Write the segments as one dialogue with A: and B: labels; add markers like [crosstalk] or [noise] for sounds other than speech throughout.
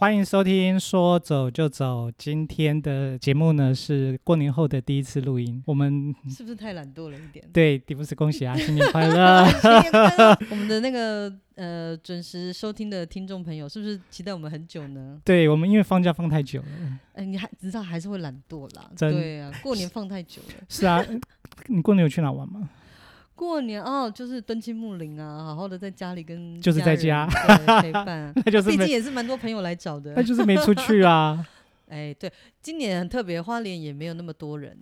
A: 欢迎收听《说走就走》。今天的节目呢是过年后的第一次录音，我们
B: 是不是太懒惰了一点？
A: 嗯对迪布斯恭喜啊，新年快乐！
B: 新年快乐！我们的那个呃准时收听的听众朋友，是不是期待我们很久呢？
A: 对我们因为放假放太久了，
B: 哎、你还知道还是会懒惰啦，
A: 真
B: 对啊，过年放太久了。
A: 是啊，你过年有去哪玩吗？
B: 过年哦，就是敦亲睦邻啊，好好的在家里跟
A: 就是在。
B: 家人对陪伴
A: 那 [laughs] 就是
B: 毕竟
A: 没，哎
B: 也是蛮多朋友来找的
A: 那，就是没出去啊，
B: 哎，对，今年很特别，花莲也没有那么多人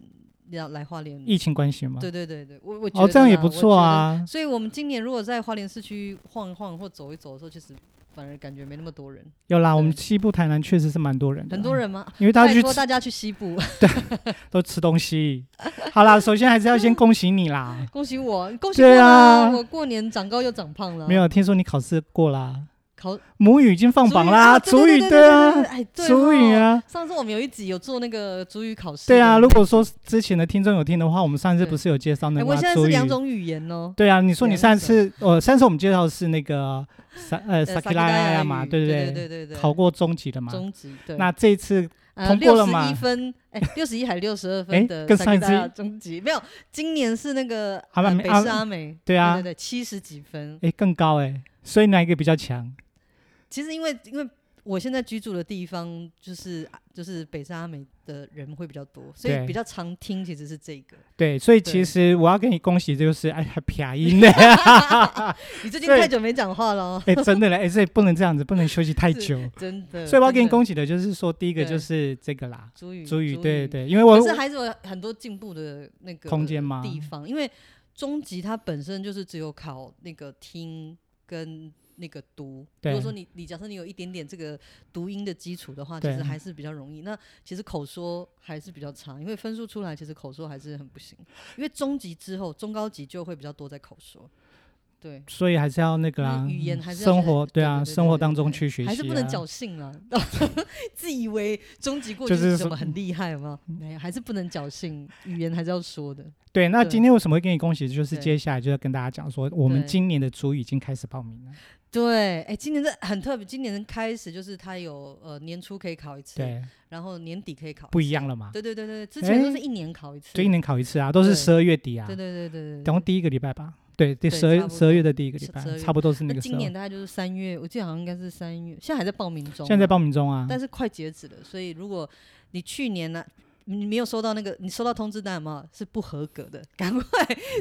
B: 要来花莲。
A: 疫情关系吗？
B: 对对对对，我我觉得
A: 哦，这样也
B: 啦
A: 不错。啊
B: 我觉得。所以我们今年如果在花莲市区晃一晃或走一走的时候，其实反而感觉没那么多人。
A: 有啦，我们
B: 对
A: 西部台南确实是蛮多人的，
B: 很多，人吗？
A: 因为啊大家
B: 拜
A: 去
B: 托
A: 吃
B: 大家去西部， [laughs]
A: 都吃东西。好啦，首先还是要先恭喜你啦。
B: 恭喜我，恭喜我
A: 对啊
B: 啦！我过年长高又长胖了。
A: 没有听说你考试过啦，
B: 考
A: 母语已经放榜啦，
B: 主
A: 主语
B: 对
A: 啊，
B: 对对对对哎，对
A: 主语
B: 哦。
A: 啊，
B: 上次我们有一集有做那个主语考试。
A: 对啊。如
B: 不
A: 果说之前的听众有听的话，我们上次
B: 对
A: 不是有介绍那
B: 哎，
A: 个
B: 我
A: 吗
B: 现在
A: 主
B: 是
A: 语？
B: 两种语言哦。
A: 对啊，你说你
B: 两
A: 上
B: 种
A: 次呃，上次我们介绍的是那个萨呃萨克拉
B: 雅
A: 亚
B: 语
A: 嘛，
B: 对
A: 不
B: 对？对对对，
A: 考过中级的嘛。
B: 中级对。
A: 那这一次
B: 呃，
A: 通过了
B: 61
A: 嘛
B: 分，
A: [laughs]
B: 哎，六十一还六十二
A: 哎
B: 分的
A: 跟上一次
B: 萨克达中级没有，今年是那个
A: 阿
B: 呃
A: 曼美
B: 北
A: 阿
B: 是阿美，
A: 对啊
B: 对对，七十几分。
A: 诶更高诶，所以哪一个比较强？
B: 其实因为因为我现在居住的地方就是啊就是北是阿美的人会比较多，所
A: 对
B: 以比较常听其实是这
A: [laughs]
B: 个。
A: 对，所以其
B: 对
A: 实我要跟你恭喜，就是哎还便
B: [laughs]
A: 宜呢，
B: 你最近
A: 所以
B: 太久没讲话了哦，
A: 哎真的嘞，哎所以不能这样子，不能休息太
B: 是
A: 久。
B: 真的。
A: 所以我要给你
B: 真的
A: 恭喜的就是说，第一个就
B: 对
A: 是这个啦，
B: 朱宇，
A: 主语，对
B: 宇。
A: 对，因为我
B: 可是还是有很多进步的那个
A: 空间吗
B: 地方，因为中级它本身就是只有考那个听跟那个读。
A: 对
B: 如果说你你假设你有一点点这个读音的基础的话，其
A: 对
B: 实还是比较容易。那其实口说还是比较差，因为分数出来其实口说还是很不行。因为中级之后，中高级就会比较多在口说。对。
A: 所以还是要那个啦，
B: 嗯语言还是要
A: 啊生
B: 学
A: 活对啊，
B: 对对
A: 生活
B: 对
A: 当中
B: 对
A: 去学习、啊，
B: 还是不能侥幸啊！ [laughs] 自以为终极过
A: 就
B: 就是是什
A: 说
B: 么很厉害吗？没有，还是不能侥幸，语言还是要说的。
A: 对，那
B: 对
A: 今天为什么会给你恭喜？就是
B: 对
A: 接下来就要跟大家讲说，我们
B: 对
A: 今年的主语已经开始报名了。
B: 对，哎，今年这很特别，今年开始就是它有呃年初可以考一次，
A: 对，
B: 然后年底可以考，
A: 不一样了嘛，
B: 对对对对，之前都
A: 哎
B: 是一年考一次，
A: 就一年考一次啊，都是
B: 对
A: 十二月底啊
B: 对，对对对
A: 然
B: 对
A: 后第一个礼拜吧，对，第
B: 对
A: 十二
B: 差不多
A: 十二月的第一个礼拜
B: 12，月
A: 差不多是那
B: 那
A: 个时
B: 今
A: 候。
B: 年大概就是三月，我记得好像应该是三月，现在还在报名中，
A: 现在在，报名中啊，
B: 但是快截止了，所以如果你去年呢、你没有收到那个，你收到通知单吗？是不合格的，赶快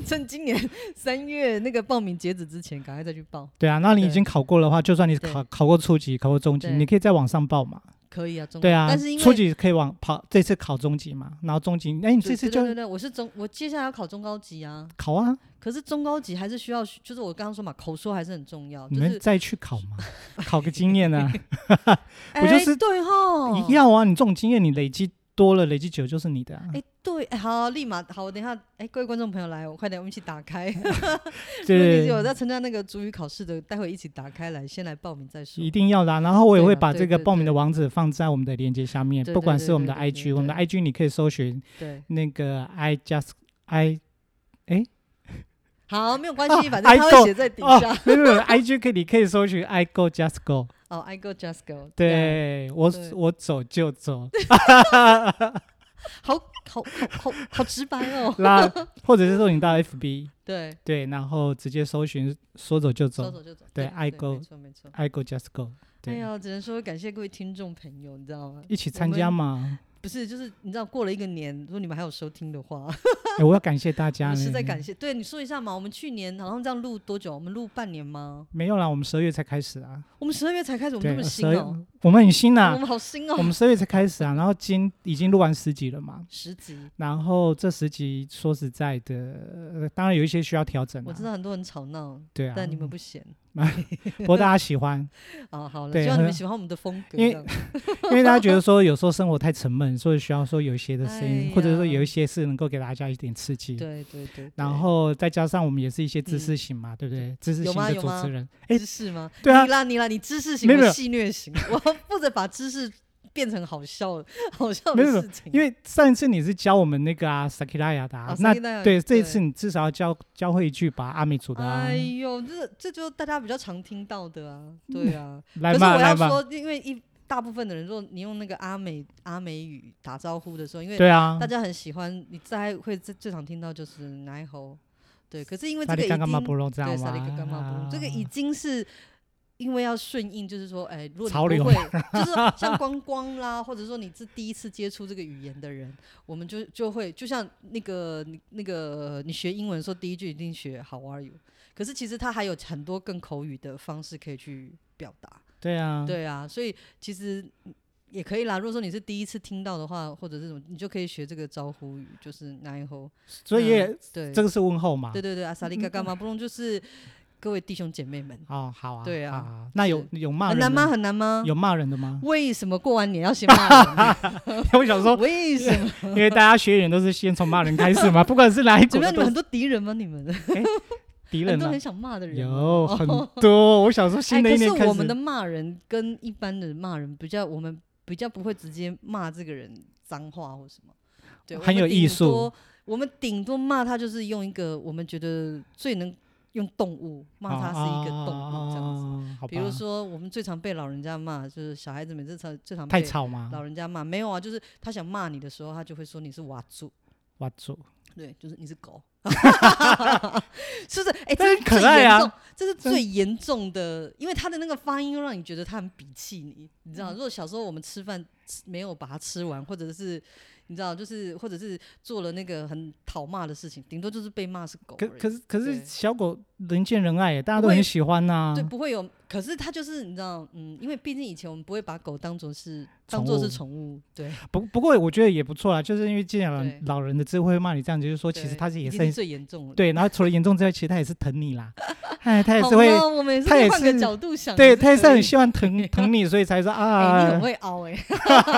B: 趁今年三月那个报名截止之前，赶快再去报。
A: 对啊，那你已
B: 对
A: 经考过的话，就算你
B: 对
A: 考考过初级、考过中级，
B: 对
A: 你可以再往上报嘛。
B: 可以啊，中
A: 对啊，
B: 但是因为
A: 初级可以往跑，这次考中级嘛，然后中级，哎，你这
B: 对
A: 次
B: 对对
A: 就
B: 对，我是中，我接下来要考中高级啊。
A: 考啊，
B: 可是中高级还是需要，就是我刚刚说嘛，口说还是很重要。
A: 你
B: 就
A: 们
B: 是
A: 再去考嘛，考个经验
B: [laughs]
A: 啊。我
B: 哎
A: 就是
B: 对哈，。
A: 要啊，你这种经验你累积多了，累积久就是你的、啊。
B: 哎，对，哎好，立马好，我等一下，哎，各位观众朋友来，我快点，我们一起
A: [laughs]
B: 打开。
A: 对，
B: 有在参加那个主语考试的，待会一起打开来，先来报名再说
A: 一。定要的啊、然后我也
B: 对
A: 会
B: 啦
A: 把
B: 对
A: 这个
B: 对
A: 报名
B: 对
A: 的网址放在我们的链接下面，
B: 对
A: 不
B: 对
A: 管
B: 对
A: 是我们的
B: 对对对
A: IG，我们的
B: 对
A: IG 你可以搜寻
B: 对，
A: 那个 I just I
B: 好，没有关
A: 啊
B: 系，反正他
A: I go-
B: 会写在底
A: 哦
B: 下。，
A: 没有没有 IG 可以你可以搜寻 I go just go，
B: 哦，I go just go。，
A: 对我
B: 对
A: 我走就
B: [laughs]
A: 走
B: 好好好好好直白
A: [laughs]
B: 哦。
A: 啦，或者是说你到 FB
B: 对，
A: 对，然后直接搜寻说走就
B: 说
A: 走
B: 走就走。
A: 对，I
B: 没
A: go-
B: 错没错。
A: I go just go，
B: 哎
A: 对，
B: 呀，只能说感谢各位听众朋友，你知道吗？
A: 一起
B: 我
A: 参加
B: 们
A: 嘛。
B: 不是，就是你知道，过了一个年，如果你们还有收听的话，
A: 哎，我要感谢大
B: 我
A: 家
B: 们
A: 呢，
B: 是在感谢。对，你说一下嘛，我们去年好像这样录多久？我们录半年吗？
A: 没有啦，我们十二月才开始啊。
B: 我们十二月才开始，我们这
A: 对，
B: 么
A: 十
B: 新
A: 二月
B: 哦、
A: 我们很新呐、
B: [laughs] 我们好新哦、
A: 我们十二月才开始啊，然后今已经录完十集了嘛。
B: 十集，
A: 然后这十集说实在的，呃当然有一些需要调整、啊。
B: 我知道很多人吵闹，
A: 对啊，
B: 但你们不嫌。
A: 不过大家喜欢，
B: 哦，好了，
A: 对
B: 希望你
A: 很
B: 们喜欢我们的风格。
A: 因为
B: 这样
A: 因为大家觉得说有时候生活太沉闷，所以需要说有一些的声音，
B: 哎
A: 或者说
B: 呀
A: 有一些是能够给大家一点刺激。
B: 对对对，嗯
A: 然后再加上我们也是一些知识型嘛，对不对？知识
B: 有
A: 型
B: 吗
A: 的
B: 有
A: 主
B: 吗
A: 持人，哎
B: 对知识吗？
A: 对啊
B: 你，啦你啦，你知识型，
A: 没有没有
B: 我戏虐型， [laughs] 我负责把知识变成好笑的好笑
A: 没
B: 的
A: 有没有
B: 事情。
A: 因为上一次你是教我们那个啊 Sakiraya 的、啊，
B: 啊
A: 那
B: ，Sakiraya，
A: 对这一
B: 对
A: 次你至少要教教会一句吧，阿美族的、啊，
B: 哎呦，这这就大家比较常听到的啊，对啊。
A: 来
B: 可是
A: 嘛
B: 我
A: [laughs] 来
B: 要
A: 嘛，
B: 说，因为一大部分的人，如果你用那个阿美阿美语打招呼的时候，因为
A: 对啊
B: 大，家很喜欢，你再会最最常听到就是奶吼，对。可是因为这
A: 萨
B: 个已
A: 利
B: 经
A: 干干嘛不弄这样
B: 对
A: 吗啊
B: 萨利嘎嘎嘛布鲁，这个已经是因为要顺应，就是说，哎，如
A: 潮
B: 果你
A: 流
B: 不会，
A: [laughs]
B: 就是说像光光啦，或者说你是第一次接触这个语言的人，我们就就会就像那个你那个你学英文说第一句一定学 How are you，可是其实它还有很多更口语的方式可以去表达。
A: 对啊，
B: 对啊，所以其实也可以啦。如果说你是第一次听到的话，或者是什么，你就可以学这个招呼语，就是奈吼。
A: 所以也
B: 嗯对，
A: 这个是问候嘛
B: 对。对对，阿萨利嘎嘎嘛，不弄就是各位弟兄姐妹们，
A: 哦，好啊，
B: 对啊
A: 好那有有骂
B: 很
A: 人的
B: 难吗？？很难吗？？
A: 有骂人的吗 [laughs]
B: 为什么过完年要先骂
A: [laughs] 我想
B: [laughs] 人？
A: 说，
B: 为什么？
A: 因为大家学语言都是先从骂人开始嘛，不管是哪一
B: 怎
A: 国的
B: 么样？你们
A: 都
B: 很
A: 是
B: 多敌人吗？你们
A: 敌
B: 很
A: 人
B: 多
A: 啊
B: 很，想骂的人吗
A: 有很多。我想说，
B: 哎，
A: 新的
B: 可
A: 一
B: 是
A: 年开
B: 我们的
A: 始，
B: 骂人跟一般的骂人比较，我们比较不会直接骂这个人脏话或什么，对，我
A: 很
B: 们
A: 有艺
B: 顶多
A: 术。
B: 我们顶多骂他就是用一个我们觉得最能用动物
A: 哦
B: 骂他是一个动物这样子。
A: 子，哦好吧
B: 比如说，我们最常被老人家骂，就是小孩子们最常最常
A: 太
B: 被
A: 吵嘛，
B: 老人家骂。没有啊，就是他想骂你的时候，他就会说你是娃猪，
A: 哇住，
B: 对，就是你是
A: [laughs]
B: 狗，是不是？哎、
A: 但
B: 这
A: 很
B: 是
A: 可
B: 最
A: 爱
B: 严
A: 啊
B: 重，这是
A: 真
B: 最严重的，因为他的那个发音又让你觉得他很鄙弃你，你
A: 嗯
B: 知道？如果小时候我们吃饭吃没有把它吃完，或者是你知道，就是或者是做了那个很讨骂的事情，顶多就是被骂是狗而
A: 可
B: 已。
A: 可是可是
B: 对
A: 小狗人见人爱耶，大家
B: 不
A: 都
B: 会
A: 很喜欢呐
B: 对，。不会有。可是他就是你知道，嗯，因为毕竟以前我们不会把狗当做是当做是宠物，对，
A: 不不过我觉得也不错啦，就是因为既然
B: 对
A: 老老人的智慧会骂你这样，就是说其实
B: 对
A: 他是也是
B: 已经是
A: 很
B: 最严重了。
A: 对，然后除了严重之外，其实他也是疼你
B: [laughs]
A: 啦，哎，他也
B: 好啊
A: 是会，
B: 了，我们也是
A: 他也
B: 换个
A: 是
B: 角度想，
A: 对，
B: 也
A: 他也是
B: 可以 [laughs]
A: 很希望疼疼你，所以才说
B: 哎、你
A: 啊
B: 很，会凹哎、 [laughs]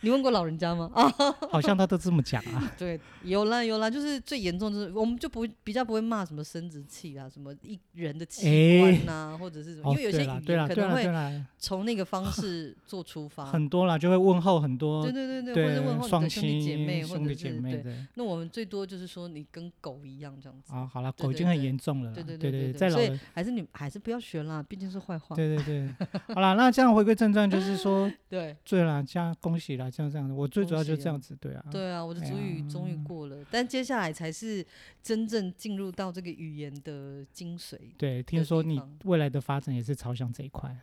B: 你问过老人
A: [laughs]
B: 家吗？ [laughs] 啊，
A: 好像他都这么讲
B: [laughs]
A: 啊，
B: 对，有啦有啦，就是最严重就是我们就不会比较不会骂什么生殖器啊，什么一人的器官呐、或者是什么，
A: 哦，
B: 因为有些
A: 对啦，
B: 语
A: 对啦，
B: 言可
A: 对
B: 能
A: 啦，对
B: 会
A: 啦，
B: 从那个方式做出发。
A: 很多啦，就会问候很多
B: 对，对对对，或者问
A: 对，
B: 候你
A: 双
B: 的兄弟姐妹，
A: 亲
B: 或
A: 兄
B: 者
A: 弟
B: 是
A: 姐妹
B: 对。
A: 的，
B: 那我们最多就是说你跟狗一样这样子，
A: 啊，好啦，
B: 对
A: 狗已
B: 对
A: 经很
B: 对
A: 严重了啦，
B: 对
A: 对
B: 对对对对
A: 再老
B: 所以 [laughs]
A: 人，
B: 还是你还是不要学啦，毕竟是坏话。
A: 对对对，好啦，那这样回归正传，就是说，
B: 对
A: 对啦，这样恭喜啦，这样这样的，我最主
B: 恭
A: 要就
B: 喜
A: 这
B: 啊
A: 样子，对啊，
B: 对啊，我的
A: 哎
B: 主语终于
A: 呀
B: 过了，但接下来才是真正进入到这个语言的精髓。
A: 对，听
B: 的
A: 说
B: 地
A: 你
B: 方
A: 未来的发展也是朝向这一块，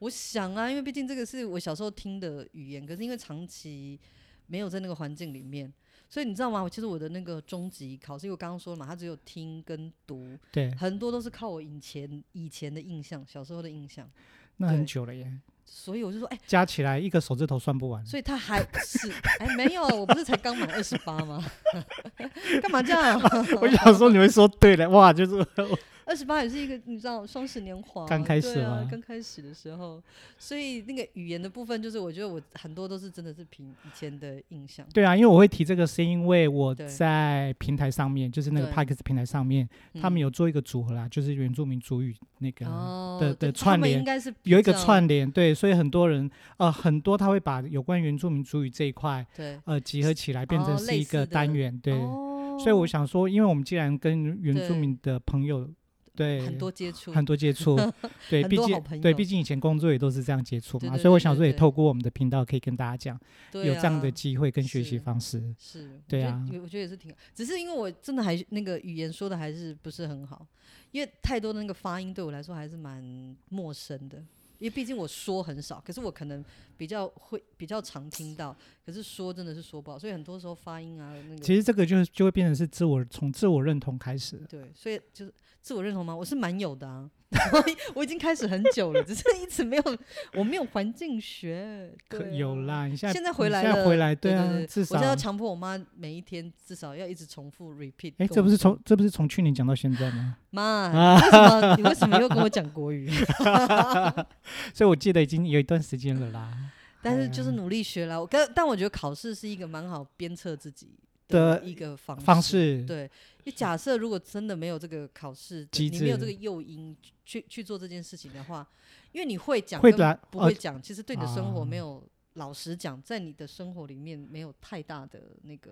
B: 我想啊，因为毕竟这个是我小时候听的语言，可是因为长期没有在那个环境里面，所以你知道吗？我其实我的那个中级考试，因为我刚刚说了嘛，它只有听跟读， [laughs]
A: 对，
B: 很多都是靠我以前以前的印象，小时候的印象，
A: 那很
B: 对
A: 久了耶，
B: 所以我就说，哎、
A: 加起来一个手指头算不完，
B: 所以他还是哎没有，我不是才刚满二十八吗？干嘛这样？
A: [laughs] 我想说你会说对了，哇，就是 [laughs]
B: 二十八也是一个你知道双十年华
A: 刚开始
B: 对啊
A: 吗，
B: 刚开始的时候，所以那个语言的部分，就是我觉得我很多都是真的是凭以前的印象。
A: 对啊，因为我会提这个是因为我
B: 对
A: 在平台上面，就是那个
B: 对
A: p a c k e s 平台上面，他们
B: 有
A: 有做一个组合啦，就是原住民族语那个
B: 哦
A: 的
B: 对
A: 的
B: 他
A: 串
B: 们
A: 联
B: 应该是比
A: 有一个
B: 较
A: 串联，对，所以很多人呃很多他会把有关原住民族语这一块
B: 对
A: 呃集合起来，变成
B: 哦
A: 是
B: 类
A: 一个
B: 似的
A: 单元，对。
B: 哦
A: 所以我想说，因为我们既然跟原住
B: 对嗯
A: 民的朋友对
B: 哦很多接触，
A: 很多接触， [laughs] 对，
B: 很
A: 毕
B: 多好
A: 竟
B: 朋
A: 对，
B: 友
A: 毕竟以前工作也都是这样接触
B: 对
A: 嘛，
B: 对
A: 所以我
B: 对
A: 想
B: 对
A: 说也
B: 对
A: 透过我们的频道可以跟大家讲，
B: 对
A: 有这样的
B: 啊
A: 机会跟学习
B: 是
A: 方式，
B: 是，我
A: 对
B: 觉得
A: 啊
B: 也我觉得也是挺好，只是因为我真的还是那个语言说的还是不是很好，因为太多的那个发音对我来说还是蛮陌生的，因为毕竟我说很少，可是我可能比较会比较常听到，可是说真的是说不好，所以很多时候发音啊那
A: 其
B: 个。
A: 实这个就就会变成是自我从自我认同开始了，
B: 对，所以就是自我认同吗？我是蛮有的啊，我我已经开始很久了，只是一直没有，我没有环境学。
A: 可
B: 对
A: 有
B: 啊
A: 啦，你现在
B: 现在
A: 你
B: 回来
A: 现在
B: 了
A: 回来，
B: 对
A: 啊，
B: 对
A: 至
B: 我
A: 少
B: 就要强迫我妈每一天至少要一直重复 repeat
A: 哎，
B: 跟我说。
A: 这不是啊从
B: [laughs]
A: 这不是从去年讲到现在吗？ [laughs]
B: 妈？你为什么你为什么又跟我讲国语？
A: 所以我记得已经有一段时间了啦。
B: 但是
A: 哎
B: 就是努力学啦。我跟但我觉得考试是一个蛮好鞭策自己
A: 的
B: 一个方
A: 方。式，
B: 对，就假设如果真的没有这个考试的，
A: 机
B: 你没有
A: 制
B: 这个诱因去去做这件事情的话，因为你会讲
A: 会
B: 跟
A: 来
B: 不
A: 哦
B: 会讲，其实对你的生活
A: 啊
B: 没有。老实讲，在你的生活里面没有太大的那个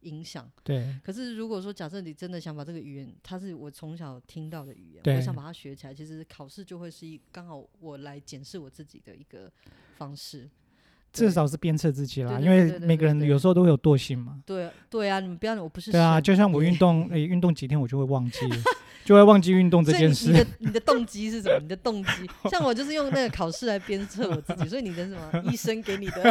B: 影响。
A: 对
B: 可是如果说假设你真的想把这个语言，它是我从小听到的语言，
A: 对
B: 我想把它学起来，其实考试就会是一刚好我来检视我自己的一个方式。
A: 至少是鞭策自己啦，
B: 对对
A: 因
B: 对
A: 为
B: 对对
A: 每个人
B: 对
A: 有时候都会有惰性嘛。
B: 对啊对啊，你们不要，我不是
A: 对啊，
B: 神
A: 就像我运动，诶，运动几天我就会忘
B: [laughs]
A: 记，就会忘记运 [laughs] 动这
B: 所以
A: 件
B: 你你
A: 事。
B: 的你的动机是什么？你的动机，像我就是用那个考试来鞭策我自己，所以你的什
A: [laughs]
B: 么医生给你的，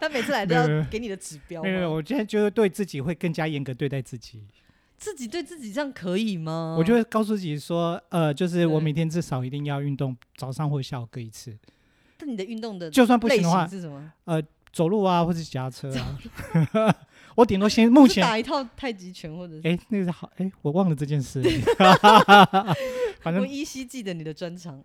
B: 他每次来都要
A: 没有
B: 给你的指
A: [laughs]
B: 标
A: 没有，没有
B: 嘛，
A: 我现在就是对自己会更加严格对待自己。
B: 自己对自己这样可以吗？
A: 我就会告诉自己说，呃，就是我
B: 哦对
A: 每天至少一定要运动，早上或下午各一次，
B: 但你的运动的
A: 就算不
B: 呃类
A: 行的话
B: 型，是什么？
A: 走路啊，或者脚踏车啊。 [laughs] 我顶多先目
B: 不 [laughs] 是
A: 前，
B: 打一套太极拳，或者是
A: 哎，那个是好，哎，我忘了这件
B: [laughs]
A: 事。反
B: 我
A: 正
B: 依稀记得你的专长，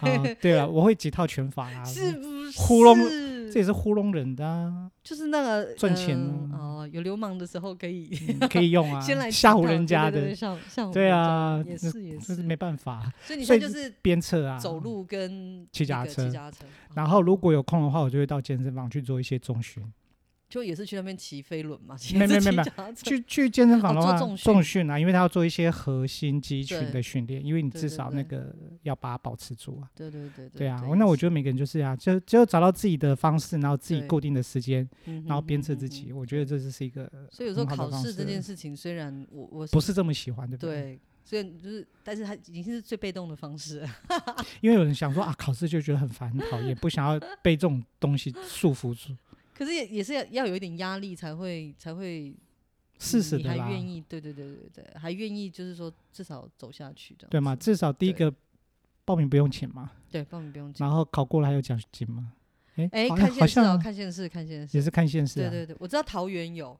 A: 啊，对了，我会几套拳法啊，
B: 是不是？
A: 糊弄
B: 嗯
A: 这也是糊弄人的啊，
B: 就是那个
A: 赚钱啊
B: 嗯哦，有流氓的时候可以 [laughs]
A: 嗯可以用啊，
B: 先来
A: 吓
B: 指
A: 唬
B: 导
A: 人
B: 对
A: 家
B: 对对对
A: 的，
B: 像像
A: 对啊，
B: 也
A: 那
B: 是也
A: 这
B: 是
A: 是没办法，
B: 所以你
A: 所
B: 现在
A: 以
B: 就是
A: 鞭策啊，
B: 走。路跟
A: 骑
B: 那
A: 脚踏
B: 个
A: 车
B: 骑脚踏车，哦
A: 然
B: 后
A: 后如果有空的话，我就会到健身房去做一些重训。
B: 就也是去那边骑飞轮嘛，
A: 没没没没
B: 去
A: 去去健身
B: 哦
A: 房的
B: 做
A: 话，
B: 重训
A: 重训啊，因为他要做一些核心肌群
B: 对
A: 的训练，因为你
B: 对
A: 至
B: 对
A: 少那
B: 对
A: 个要把它保持住啊。
B: 对对对
A: 对啊，
B: 对
A: 那我
B: 也
A: 觉得每个人就是啊，就就找到自己的方式，然后自己
B: 对
A: 固定的时间，
B: 是嗯
A: 然后
B: 哼
A: 鞭
B: 嗯
A: 策
B: 哼
A: 自
B: 嗯
A: 己。
B: 哼
A: 我觉得这是是一个呃
B: 所以有时候
A: 很好
B: 考
A: 的方
B: 试这
A: 式
B: 件事情，虽然我我
A: 不是这么喜欢，对不对？
B: 对，虽然就是，但是它已经是最被动的方式了。 [laughs]
A: 因为有人想说啊，考试就觉得很烦、很讨厌，不想要被这种东西束缚住，
B: 可是也也是要要有一点压力才会才会
A: 是死
B: 嗯你
A: 的
B: 还
A: 啦，
B: 愿意对对对对对，还愿意就是说至少走下去的，
A: 对嘛？至少第一
B: 对
A: 个报名不用钱嘛，
B: 对，帮你不用紧
A: 然。后考过了还有奖学金嘛。哎
B: 哎，
A: 好
B: 看
A: 像好
B: 现实哦，
A: 像
B: 看现实，看现
A: 也
B: 实。
A: 是看现实
B: 对
A: 啊。
B: 对对，我知道桃园有，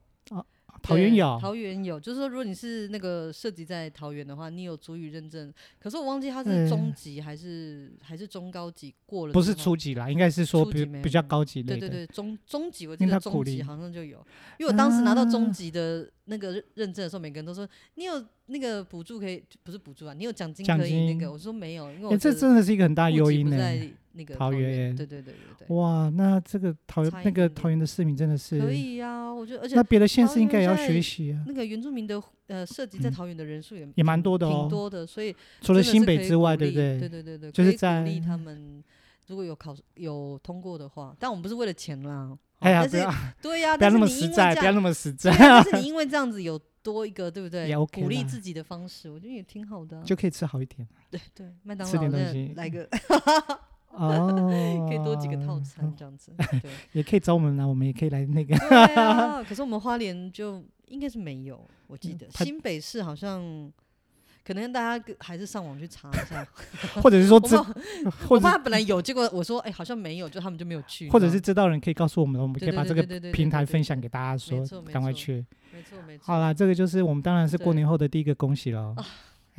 A: 桃园
B: 对
A: 有，
B: 桃园有，就是说，如果你是那个涉及在桃园的话，你有足语认证，可是我忘记它
A: 嗯
B: 是中级还是、还是中高级过了之
A: 不
B: 后，
A: 是初级啦，应该是说
B: 初
A: 比
B: 级没有
A: 比较高级类
B: 对
A: 的。
B: 对对中中级，我
A: 因
B: 记
A: 为它
B: 得
A: 鼓
B: 中
A: 励
B: 级好像就有，因为我当时拿到
A: 啊
B: 中级的那个认认证的时候，每个人都说你有那个补助可以，不是补助啊，你有奖金
A: 奖
B: 可以那
A: 金
B: 个，我说没有，因为
A: 诶
B: 我
A: 这
B: 的
A: 真的是一个很大
B: 户
A: 诱
B: 籍
A: 因
B: 不
A: 呢、
B: 在那个
A: 桃园
B: 园，对对对对对，
A: 哇，那这个桃园
B: 差一
A: 那个
B: 点点
A: 桃园的市民真的是，
B: 可以啊，我觉得而且
A: 那别的县市应该也要
B: 桃园现
A: 学
B: 在
A: 习啊。
B: 那个原住民的呃涉及在
A: 嗯
B: 桃园的人数也
A: 也蛮
B: 挺
A: 多的哦
B: 挺多的，所以
A: 除了
B: 真的是
A: 新
B: 可
A: 北
B: 以
A: 之外，
B: 鼓
A: 对不
B: 励
A: 对？
B: 对对对对，
A: 就是
B: 可以鼓励
A: 在
B: 他们如果有考有通过的话，但我们不是为了钱啦。
A: 哎呀，
B: 但
A: 不
B: 是
A: 要
B: 对呀、
A: 不要那
B: 但是
A: 么
B: 你因
A: 实
B: 为
A: 在，
B: 这
A: 不要
B: 样
A: 那么实在，
B: 对啊但是你因为这样子有多一个，
A: [laughs]
B: 对不对
A: 也 OK
B: 鼓励
A: 啦
B: 自己的方式，我觉得也挺好的啊、
A: 就可以吃好一点。
B: 对对，麦当
A: 吃
B: 劳
A: 点东
B: 那
A: 西
B: 来个 [laughs]
A: 哦，
B: 可以多几个套餐，这样子。
A: [laughs]
B: 对
A: 也可以找我们来，啊我们也可以来那个。 [laughs]
B: 对啊，可是我们花莲就应该是没有，我记得
A: 它
B: 新北市好像。可能大家还是上网去查一下，
A: 或者是说
B: 我
A: 知，
B: 怕
A: 或
B: 我怕
A: 者
B: 本来有，结果我说哎、好像没有，就他们就没有去，
A: 或者
B: 你知道吗
A: 是知道人可以告诉我们，我们可以
B: 对对
A: 把
B: 对
A: 这个
B: 对对对对
A: 平台
B: 对对
A: 分享给大家，
B: 没
A: 说
B: 错没
A: 赶快
B: 错
A: 去。
B: 没错没错。
A: 好啦，这个就是我们当然是过
B: 对
A: 年后的第一个恭喜了。哎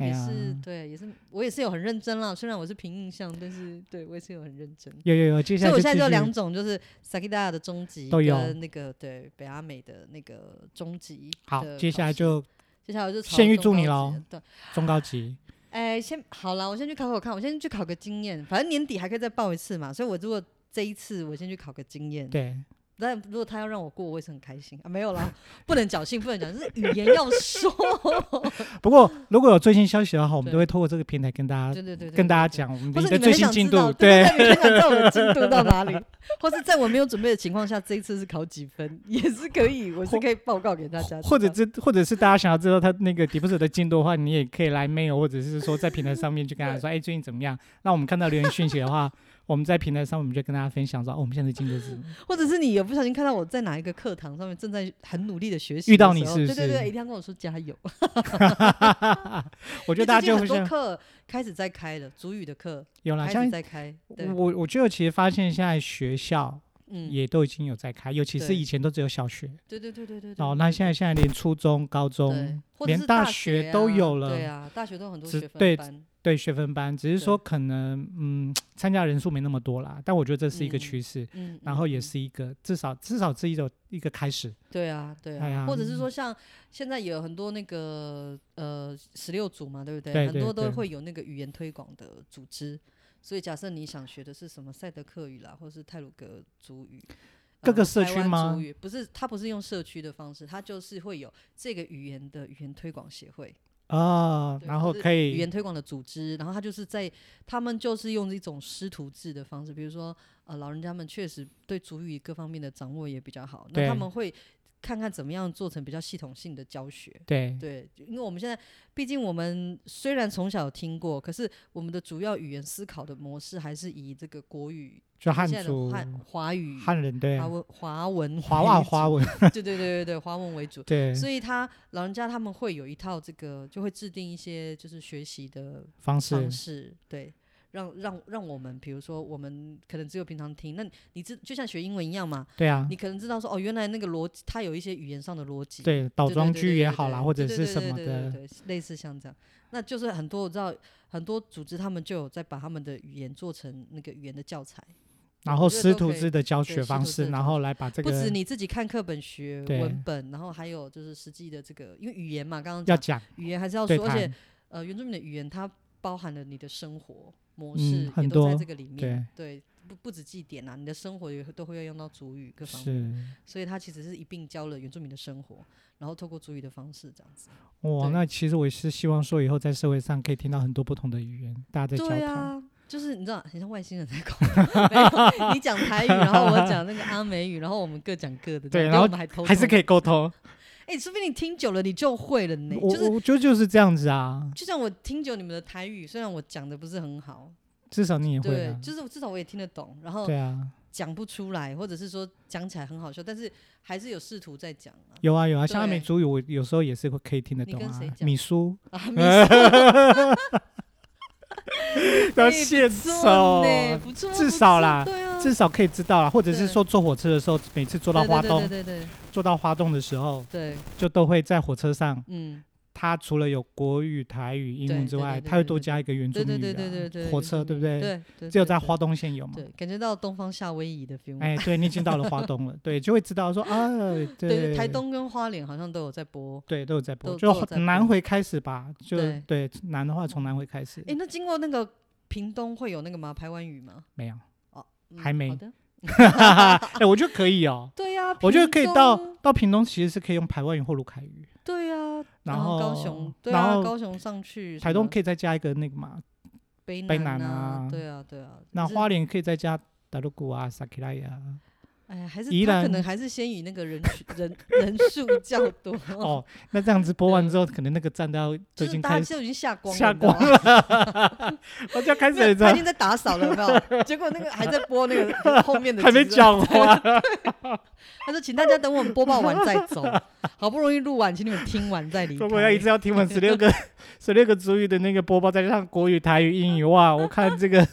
B: 也
A: 呀，
B: 是对，也是我也是有很认真啦。虽然我是凭印象，但是对我也是有很认真。
A: 有有有，接下
B: 所
A: 来
B: 以我
A: 就
B: 现在
A: 继
B: 就有
A: 续
B: 两种，就是 Sakida 的终极
A: 都有
B: 跟那个对北阿美的那个终极。
A: 好，接下来就
B: 接下来我就朝
A: 先预祝
B: 中
A: 你
B: 高级
A: 咯
B: 的对，
A: 中高
B: [laughs]
A: 级。
B: 哎，先好啦，我先去考考看，我先去考个经验，反正年底还可以再报一次嘛。所以我如果这一次我先去考个经验，
A: 对，
B: 但如果他要让我过，我也是很开心啊。没有啦，不能侥幸，不能侥幸，就是语言要
A: [laughs]
B: 说。
A: 不过如果有最新消息的话，我们
B: 对
A: 都会透过这个平台跟大家
B: 对对对对，
A: 跟大家
B: 对。
A: 讲我们
B: 或者
A: 的
B: 你
A: 最
B: 们很
A: 新
B: 想
A: 进
B: 知道
A: 度。
B: 对
A: 对，
B: 对，你们很想知道我的进度到哪里，或是在我没有准备的情况下，这一次是考几分也是可以，我是可以报告给大家知道。
A: 或者这或者是大家想要知道他那个迪布舍的进度的话，你也可以来 mail，或者是说在平台上面去跟他说，哎，最近怎么样？那我们看到留言讯息的话，我们在平台上我们就跟大家分享说，哦，我们现在进度是什么。 [laughs]
B: 或者是你有不小心看到我在哪一个课堂上面正在很努力的学习的时候，
A: 遇到你是不
B: 对对
A: 是
B: 对，一定要跟我说加油。
A: 我
B: 我
A: 觉得大家就
B: 很
A: 会
B: 多
A: 像
B: 课开始在开了，主语的课
A: 有啦，
B: 开
A: 像
B: 始在开，对，
A: 我我觉得其实发现现在学校
B: 嗯，
A: 也都已经有在开，尤其是
B: 对
A: 以前都只有小学，
B: 对对对对对对。
A: 哦，那现在现在连初中、高
B: 对
A: 中，
B: 或者
A: 连
B: 是
A: 大
B: 学
A: 学都
B: 啊
A: 有了
B: 对啊，大学都有很多
A: 只
B: 学分
A: 对
B: 班，
A: 对学分班，只是说可能嗯参加人数没那么多啦，但我觉得这是一个
B: 嗯
A: 趋势，
B: 嗯，
A: 然后也
B: 嗯
A: 是一个至少至少是一种一个开始。
B: 对啊，对啊，
A: 哎呀
B: 或者是说像现在有很多那个呃十六组嘛，对不对？
A: 对对
B: 很多
A: 对
B: 都会有那个语言推广的组织，所以假设你想学的是什么赛德克语啦，或是泰鲁格族语，
A: 各个
B: 呃
A: 社
B: 台
A: 区
B: 湾
A: 吗
B: 族语不是，他不是用社区的方式，他就是会有这个语言的语言推广协会，
A: 啊，
B: 哦对
A: 然
B: 就
A: 后
B: 是
A: 可
B: 语言
A: 以
B: 推广的组织，然后他就是在他们就是用一种师徒制的方式，比如说呃老人家们确实对主语各方面的掌握也比较好，那
A: 对
B: 他们会看看怎么样做成比较系统性的教学。
A: 对
B: 对，因为我们现在毕竟我们虽然从小听过，可是我们的主要语言思考的模式还是以这个国语、
A: 就汉
B: 现在的
A: 族
B: 汉华语、
A: 汉人对
B: 华文、华文、
A: 华话
B: [laughs]
A: 华文
B: 对对对对对，华文为主。
A: 对
B: 所以他老人家他们会有一套这个，就会制定一些就是学习的
A: 方式
B: 方式，对，让让让我们，比如说我们可能只有平常听，那你你知就像学英文一样嘛，
A: 对啊
B: 你可能知道说哦，原来那个逻辑，它有一些语言上的逻辑，
A: 对倒
B: 对对
A: 装
B: 对
A: 句
B: 对
A: 也
B: 对
A: 好
B: 对
A: 啦，或者
B: 对对
A: 是
B: 对
A: 什
B: 对
A: 么
B: 对对
A: 的
B: 对类似像这样，那就是很多我知道很多组织他们就有在把他们的语言做成那个语言的教材，
A: 然
B: 我
A: 后
B: 觉得
A: 师
B: 都
A: 徒
B: 可以
A: 制的教学
B: 对师
A: 方
B: 徒制
A: 式，
B: 的
A: 然
B: 教
A: 后来把这
B: 不止
A: 个
B: 你自己看课本学
A: 对
B: 文本，然后还有就是实际的这个，因为语言嘛，刚刚
A: 要
B: 讲
A: 讲
B: 语言还是要
A: 对
B: 说，而且
A: 谈，
B: 呃，原住民的语言它包含了你的生活模
A: 嗯
B: 式，
A: 很
B: 也都在
A: 多
B: 这个里面。对，不不止祭典啊，你的生活也都会要用到主语各方面，
A: 是
B: 所以它其实是一并教了原住民的生活，然后透过主语的方式这样子。
A: 哇。
B: 对
A: 那其实我是希望说以后在社会上可以听到很多不同的语言，大家在交
B: 对
A: 谈。
B: 啊，就是你知道，很像外星人在沟没有，你讲台语，然后我讲那个阿美语，然后我们各讲各的这
A: 对
B: 样。
A: 然后
B: 我们还偷
A: 还是可
B: 以。
A: 以沟通，
B: 哎，说不定你听久了你就会了呢。
A: 我
B: 就是
A: 我觉得就是这样子啊，
B: 就像我听久你们的台语，虽然我讲的不是很好，
A: 至少你也会
B: 对
A: 啊，，
B: 就是至少我也听得懂，然后
A: 对啊，
B: 讲不出来，或者是说讲起来很好笑，但是还是有试图在讲
A: [laughs]
B: 啊。
A: 有啊有啊，像阿美
B: 对
A: 族语，我有时候也是会可以听得
B: 你
A: 懂
B: 跟
A: 啊
B: 谁。讲
A: 米叔，
B: 啊，没
A: 哎
B: 错，
A: 要
B: 哎
A: 献
B: 不错
A: 手，
B: 呢不错，
A: 至
B: 不
A: 少
B: 错
A: 啦
B: 对啊，
A: 至少可以知道啦，或者是
B: 对
A: 说坐火车的时候，每次坐到
B: 对
A: 花
B: 对
A: 东，
B: 对对对
A: 坐到花东的时候，
B: 对，对
A: 就都会在火车上，
B: 嗯，
A: 它除了有国语、台语、英文
B: 对
A: 之
B: 对
A: 外，
B: 对
A: 它会
B: 对
A: 多
B: 对
A: 加一个原住
B: 对对
A: 民
B: 对
A: 语
B: 对对对，
A: 啊，火车对不
B: 对
A: 对？
B: 对对，
A: 只有
B: 对
A: 在
B: 对
A: 花东县有嘛。
B: 对，感觉到东方夏威夷的 feel 嘛。
A: 哎，对你已经到了花东了，对，就会知道说啊，
B: [laughs] 对，台东跟花莲好像都有在播。
A: 对，都有在播，
B: 都
A: 就
B: 都有在播
A: 南回开始吧，就
B: 对
A: 对南的话从南回开始
B: 哎，，那经过那个屏东会有那个吗？排湾语吗？
A: 没有，
B: 嗯
A: 还没
B: 好的。
A: 哎，我觉得可以哦，
B: 对呀，
A: 我觉得可以到
B: 屏东
A: 到屏东其实是可以用排湾语或鲁凯语，
B: 对呀，
A: 然后
B: 后高雄，对
A: 然
B: 啊，
A: 后
B: 高雄上去什么，
A: 台东可以再加一个那个嘛，
B: 北
A: 北
B: 南
A: 南
B: 啊
A: 啊，
B: 对啊，对啊。
A: 那
B: 就是
A: 花莲可以再加达鲁古啊、萨克拉呀，
B: 哎呀，还是
A: 宜
B: 他可
A: 兰
B: 能还是先以那个人群人人
A: [laughs]
B: 数较多，
A: 哦，那这样子播完之后，可能那个站都要都
B: [laughs] 嗯就
A: 已
B: 是
A: 经
B: 大
A: 开
B: 家
A: 始
B: 就已经下光了，
A: 下
B: 你知道
A: 光
B: 吗
A: 了， [laughs] 我就要开
B: 没有
A: 始
B: 他
A: 在
B: 已经在打扫了，有没
A: [laughs]
B: 有？结果那个还在播那个后面的，
A: 还没，讲完，
B: 他说请大家等我们播报完再
A: [laughs]
B: 走，好不容易录完，请你们听完再离
A: 说我要一
B: 开
A: 直。要听完十六
B: [laughs]
A: 个 [laughs] 十六个主语的那个播报，再加上国语、台语、英语，
B: [laughs]
A: 哇，我看这个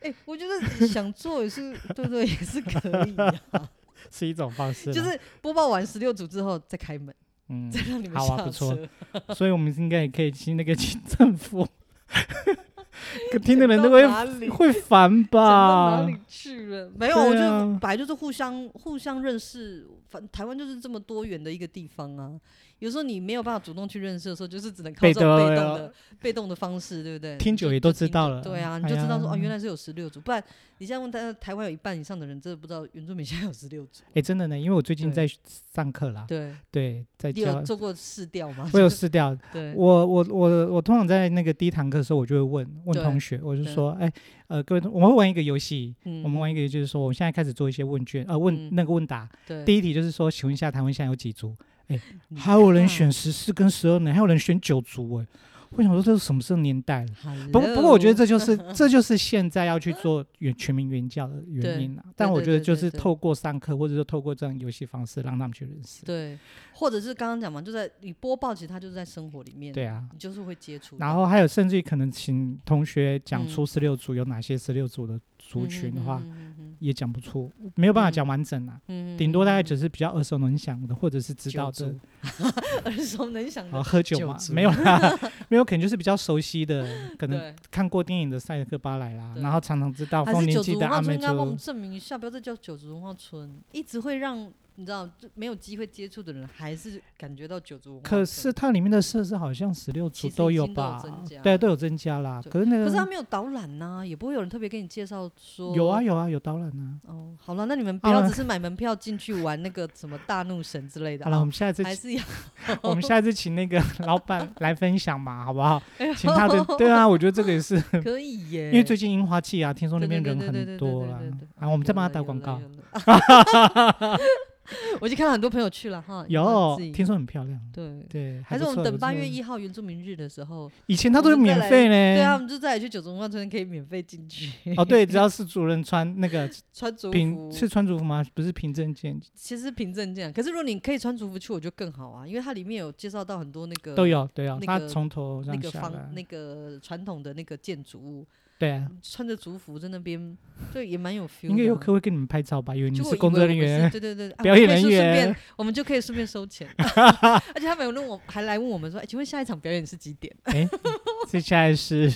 B: 哎，我觉得想做也是，对对，也是可以
A: [laughs]
B: 啊。
A: 是一种方式啦，
B: 就是播报完十六组之后再开门，
A: 嗯，
B: 再让你们
A: 好啊
B: 下
A: 不错
B: 车。
A: 所以我们应该也可以去那个请政
B: [laughs]
A: 府，可听的人都
B: 到
A: 会
B: 哪里
A: 会烦
B: 讲到
A: 吧
B: 哪？里去了？没有，
A: 对
B: 我就
A: 啊
B: 本来就是互相互相认识，反台湾就是这么多元的一个地方啊。有时候你没有办法主动去认识的时候，就是只能靠
A: 被
B: 这种被
A: 动
B: 动
A: 了
B: 的被动的方式，对不对？
A: 听久
B: 就
A: 也都
B: 就
A: 知
B: 听
A: 道
B: 久
A: 了
B: 对啊，
A: 哎
B: 你就知道说哦，
A: 呀
B: 原来是有十六组，不然你现在问台台湾有一半以上的人真的不知道原住民现在有十六组。
A: 哎，真的呢，因为我最近在
B: 对
A: 上课啦，
B: 对，
A: 对，在
B: 你
A: 教
B: 有，做过试调吗？
A: 我有试掉，
B: 对，
A: 我我我我通常在那个第一堂课的时候，我就会问问
B: 对
A: 同学，我就
B: 对
A: 说，哎，呃，各位同，我们会玩一个游戏，
B: 嗯
A: 我们玩一个游戏就是说，我们现在开始做一些问卷，呃，问
B: 嗯
A: 那个问答，
B: 对嗯
A: 第一题就是说，请问一下台湾现在有几组？哎，
B: 你
A: 还有人
B: 看
A: 选十四跟十二呢，还有人选九组，哎，我想说这是什么时候年代了？不过不过我觉得这
B: Hello
A: 就是 [laughs] 这就是现在要去做原全民援教的原因啦。但
B: 对
A: 我
B: 对
A: 觉得
B: 对
A: 就
B: 对
A: 是
B: 对
A: 透过上课或者说透过这样游戏方式让他们去认识。
B: 对，或者是刚刚讲嘛，就在你播报，其实它就是在生活里面，
A: 对啊，
B: 你就是会接触到。
A: 然后还有甚至于可能请同学讲出
B: 嗯
A: 十六组有哪些十六组的族群的话，
B: 嗯哼哼哼
A: 也讲不出，没有办法
B: 嗯
A: 讲完整啊。
B: 嗯
A: 顶多大概
B: 只
A: 只是比较耳熟能详的，或者是知道的，
B: 耳熟能详
A: 啊，
B: 的，
A: 喝酒
B: 九
A: 嘛，
B: 组
A: 没有啦， [laughs] 没有，可能就是比较熟悉的，可能
B: 对，
A: 看过电影的塞克巴莱啦，
B: 对
A: 然后常常知道
B: 还
A: 丰
B: 是
A: 年
B: 九
A: 祭
B: 族
A: 的
B: 文
A: 阿
B: 化村
A: 美
B: 应该帮我们
A: 族，
B: 证明一下，不要再叫九族文化村，一直会让你知道就没有机会接触的人，还是感觉到九族文化
A: 可
B: 的
A: 是它里面的设施好像十六
B: 其
A: 组
B: 实
A: 都
B: 已
A: 有
B: 经都有
A: 吧
B: 增加？
A: 对，都有增加啦。
B: 对
A: 可是那
B: 可
A: 个
B: 是他没有导览呐、也不会有人特别跟你介绍说
A: 有啊。有啊有导览啊。
B: 哦，好了，那你们不
A: 好
B: 要
A: 了
B: 只是买门票进去玩那个什么大怒神之类的
A: 好了，我
B: 啊，
A: 们下次
B: 还是要 [laughs]
A: 我们下次请那个 [laughs] 老板来分享嘛，好不好？请他
B: [laughs]
A: 的对啊，我觉得这个也是，
B: 可以耶。
A: 因为最近樱花季啊，听说那
B: 对对
A: 边
B: 对
A: 人
B: 对对对
A: 很多
B: 对
A: 啦
B: 对对对。
A: 啊，我们再帮他打
B: 有
A: 广
B: 了
A: 告。。
B: 有了
A: [laughs]
B: 有了我已经看到很多朋友去了哈，
A: 有
B: 自，己
A: 听说很漂亮。
B: 对。
A: 对，
B: 还是
A: 不
B: 我们
A: 错
B: 等
A: 不
B: 八
A: 错
B: 月一号原住民日的时候，
A: 以前它
B: 我
A: 都是
B: 们再
A: 免
B: 来
A: 费呢。
B: 对啊，我们就再也去九重万村可以免费进去
A: [laughs] 哦，对，只要是主人穿那个
B: 穿族
A: 凭
B: [laughs] 服。
A: 是穿族服吗？不是凭证件
B: 其实凭证这样，可是如果你可以穿族服去，我觉得更好啊，因为它里面有介绍到很多那个
A: 都有，对啊，
B: 那
A: 它
B: 个
A: 从头
B: 那
A: 上
B: 个
A: 下来
B: 方。那个传统的那个建筑物，
A: 对啊，
B: 穿着族服在那边，就也蛮有 feel 的啊。
A: 应该有客会跟你们拍照吧？以为你
B: 结
A: 们
B: 果
A: 是
B: 以
A: 工
B: 为
A: 作
B: 我
A: 人
B: 们是
A: 员，
B: 对
A: [laughs]
B: 对对，啊
A: 表
B: 我
A: 演
B: 们
A: 人
B: 是顺
A: 员 [laughs]
B: 便我们就可以顺便收钱，而且他们有问我，还来问我们说，哎、请问下一场表演是几点？
A: 哎，接下来是，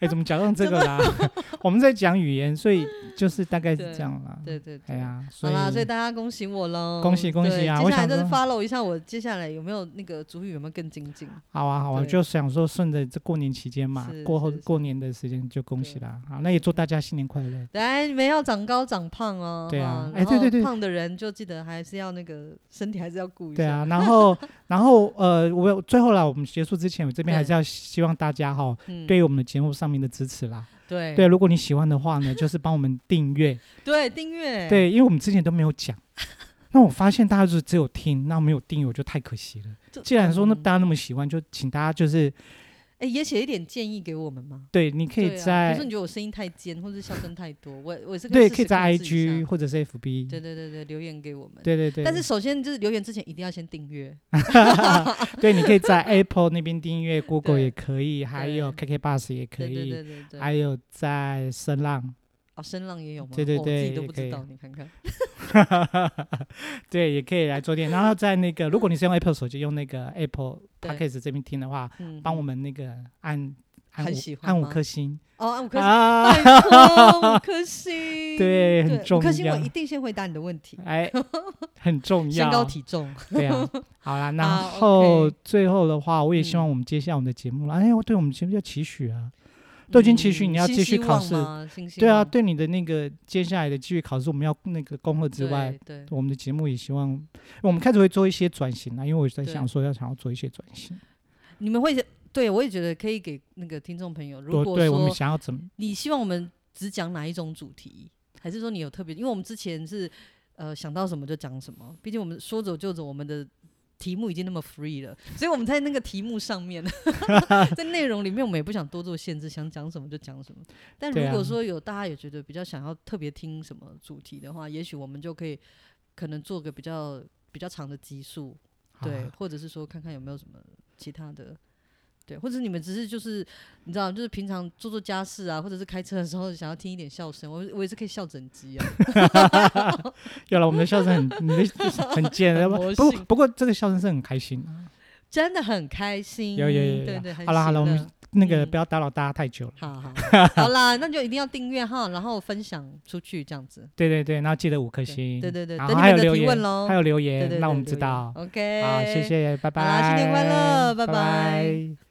A: 哎，怎么讲到这个啦？ [laughs] 我们在讲语言，所以就是大概是
B: 对
A: 这样啦。
B: 对对对，
A: 哎呀，
B: 好啦，所以
A: 以
B: 大家恭喜我喽！
A: 恭喜恭喜
B: 对
A: 啊
B: 接
A: 我
B: 下来
A: 想
B: 就是
A: 说
B: follow 一下我接下来有没有那个主语有没有更精进？
A: 好啊好啊，
B: 对
A: 就想说顺着这过年期间嘛
B: 是，
A: 过后
B: 是是
A: 过年的时间就恭喜
B: 对
A: 啦。好，那也祝大家新年快乐。
B: 来，你们要长高长胖哦。
A: 对啊
B: 哈
A: 哎对对对
B: 然后胖的人就记得还是要那个身体还是要顾一
A: 对
B: 下。
A: 啊，然后然后呃，我有最后啦，我们结束之前，我这边还
B: 对
A: 是要希望大家哈，
B: 嗯
A: 对于我们的节目上面的支持啦。
B: 对
A: 对，如果你喜欢的话呢，就是帮我们订阅。
B: [laughs] 对，订阅。
A: 对，因为我们之前都没有讲，那我发现大家就是只有听，那没有订阅，我觉得太可惜了。
B: [laughs] 就，
A: 既然说那
B: 嗯
A: 大家那么喜欢，就请大家就是
B: 哎，也写一点建议给我们吗？
A: 对，你可以
B: 对啊比如
A: 在
B: 说你觉得我声音太尖，或者是笑声太多，我我也是
A: 对，
B: 试
A: 可以
B: 试
A: 在
B: 控制一
A: IG
B: 下
A: 或者是 FB。
B: 对对对对，留言给我们。
A: 对对对，
B: 但是 [laughs] 首先就是留言之前一定要先订阅，
A: [laughs] 对，你可以在 Apple 那边订阅，Google
B: 对
A: 也可以，还有 KK Bus 也可
B: 对对
A: 以，
B: 对对对。
A: 还有在声浪，
B: 哦，声浪也有吗？
A: 对对
B: 哦我自己
A: 对
B: 都
A: 也
B: 不
A: 可
B: 知
A: 以
B: 道，你看看。
A: 对，也可以来做电。然后在那
B: [laughs]
A: 个，如果你是用 Apple 手机，用那个 Apple
B: 对
A: Podcast 这边听的话，
B: 嗯，
A: 帮我们那个按按
B: 很
A: 五
B: 喜欢
A: 按五
B: 吗
A: 颗星
B: 哦，按
A: [laughs]
B: 五颗星，
A: 啊，
B: 拜托五颗星，
A: 对很重
B: 五颗星我
A: 要
B: 一定先回答你的问题，
A: 哎，很重要。
B: [laughs] 身高体重。
A: [laughs] 对
B: [laughs]
A: 啊，好啦，然
B: 好
A: 后
B: ，OK
A: 最后的话，我也希
B: 嗯
A: 望我们接下来我们的节目啦，哎，我对我们节目要期许啊，都已经期许你要
B: 嗯新
A: 继续
B: 希
A: 考
B: 望
A: 试
B: 吗新希
A: 对啊，
B: 望
A: 对你的那个接下来的继续考试，我们要那个恭贺之外，，
B: 对，对
A: 我们的节目也希望我们开始会做一些转型啦，因为我在
B: 对
A: 想说要想要做一些转型，
B: 你们会对我也觉得可以给那个听众朋友，如
A: 我
B: 果
A: 对我们
B: 说
A: 想要怎么
B: 你希望我们只讲哪一种主题，还是说你有特别，因为我们之前是呃想到什么就讲什么，毕竟我们说走就走，我们的。题目已经那么 free 了，所以我们在那个题目上面， [laughs] 在内容里面，我们也不想多做限制，想讲什么就讲什么。但
A: 对
B: 如
A: 啊
B: 果说有大家也觉得比较想要特别听什么主题的话，也许我们就可以可能做个比较比较长的集数，对
A: 啊，
B: 或者是说看看有没有什么其他的，对，或者你们只是就是你知道，就是平常做做家事啊，或者是开车的时候想要听一点笑声，我我也是可以笑整集啊。 [laughs]
A: 有了，我们的笑声很，你的很贱，要不
B: 魔
A: 不
B: 性
A: 不过这个笑声是很开心的。
B: 真的很开心。
A: 有有有有
B: 对
A: 有
B: 对，很
A: 好啦好
B: 喜
A: 啦，我
B: 乐
A: 们那个
B: 嗯
A: 不要打扰大家太久了。
B: 好好
A: [laughs]
B: 好啦，那就一定要订阅哈，然后分享出去这样子。
A: 对对对，然后记得五颗星。
B: 对对对，
A: 然
B: 等
A: 后
B: 你
A: 还有
B: 们的
A: 留
B: 提
A: 言
B: 问喽
A: 还。有留
B: 对对
A: 言
B: 对，
A: 让我们
B: 留
A: 知
B: 言
A: 道。
B: OK，
A: 好，谢。谢，拜
B: 好啦
A: 拜，
B: 新年快乐拜
A: 拜
B: 拜
A: 拜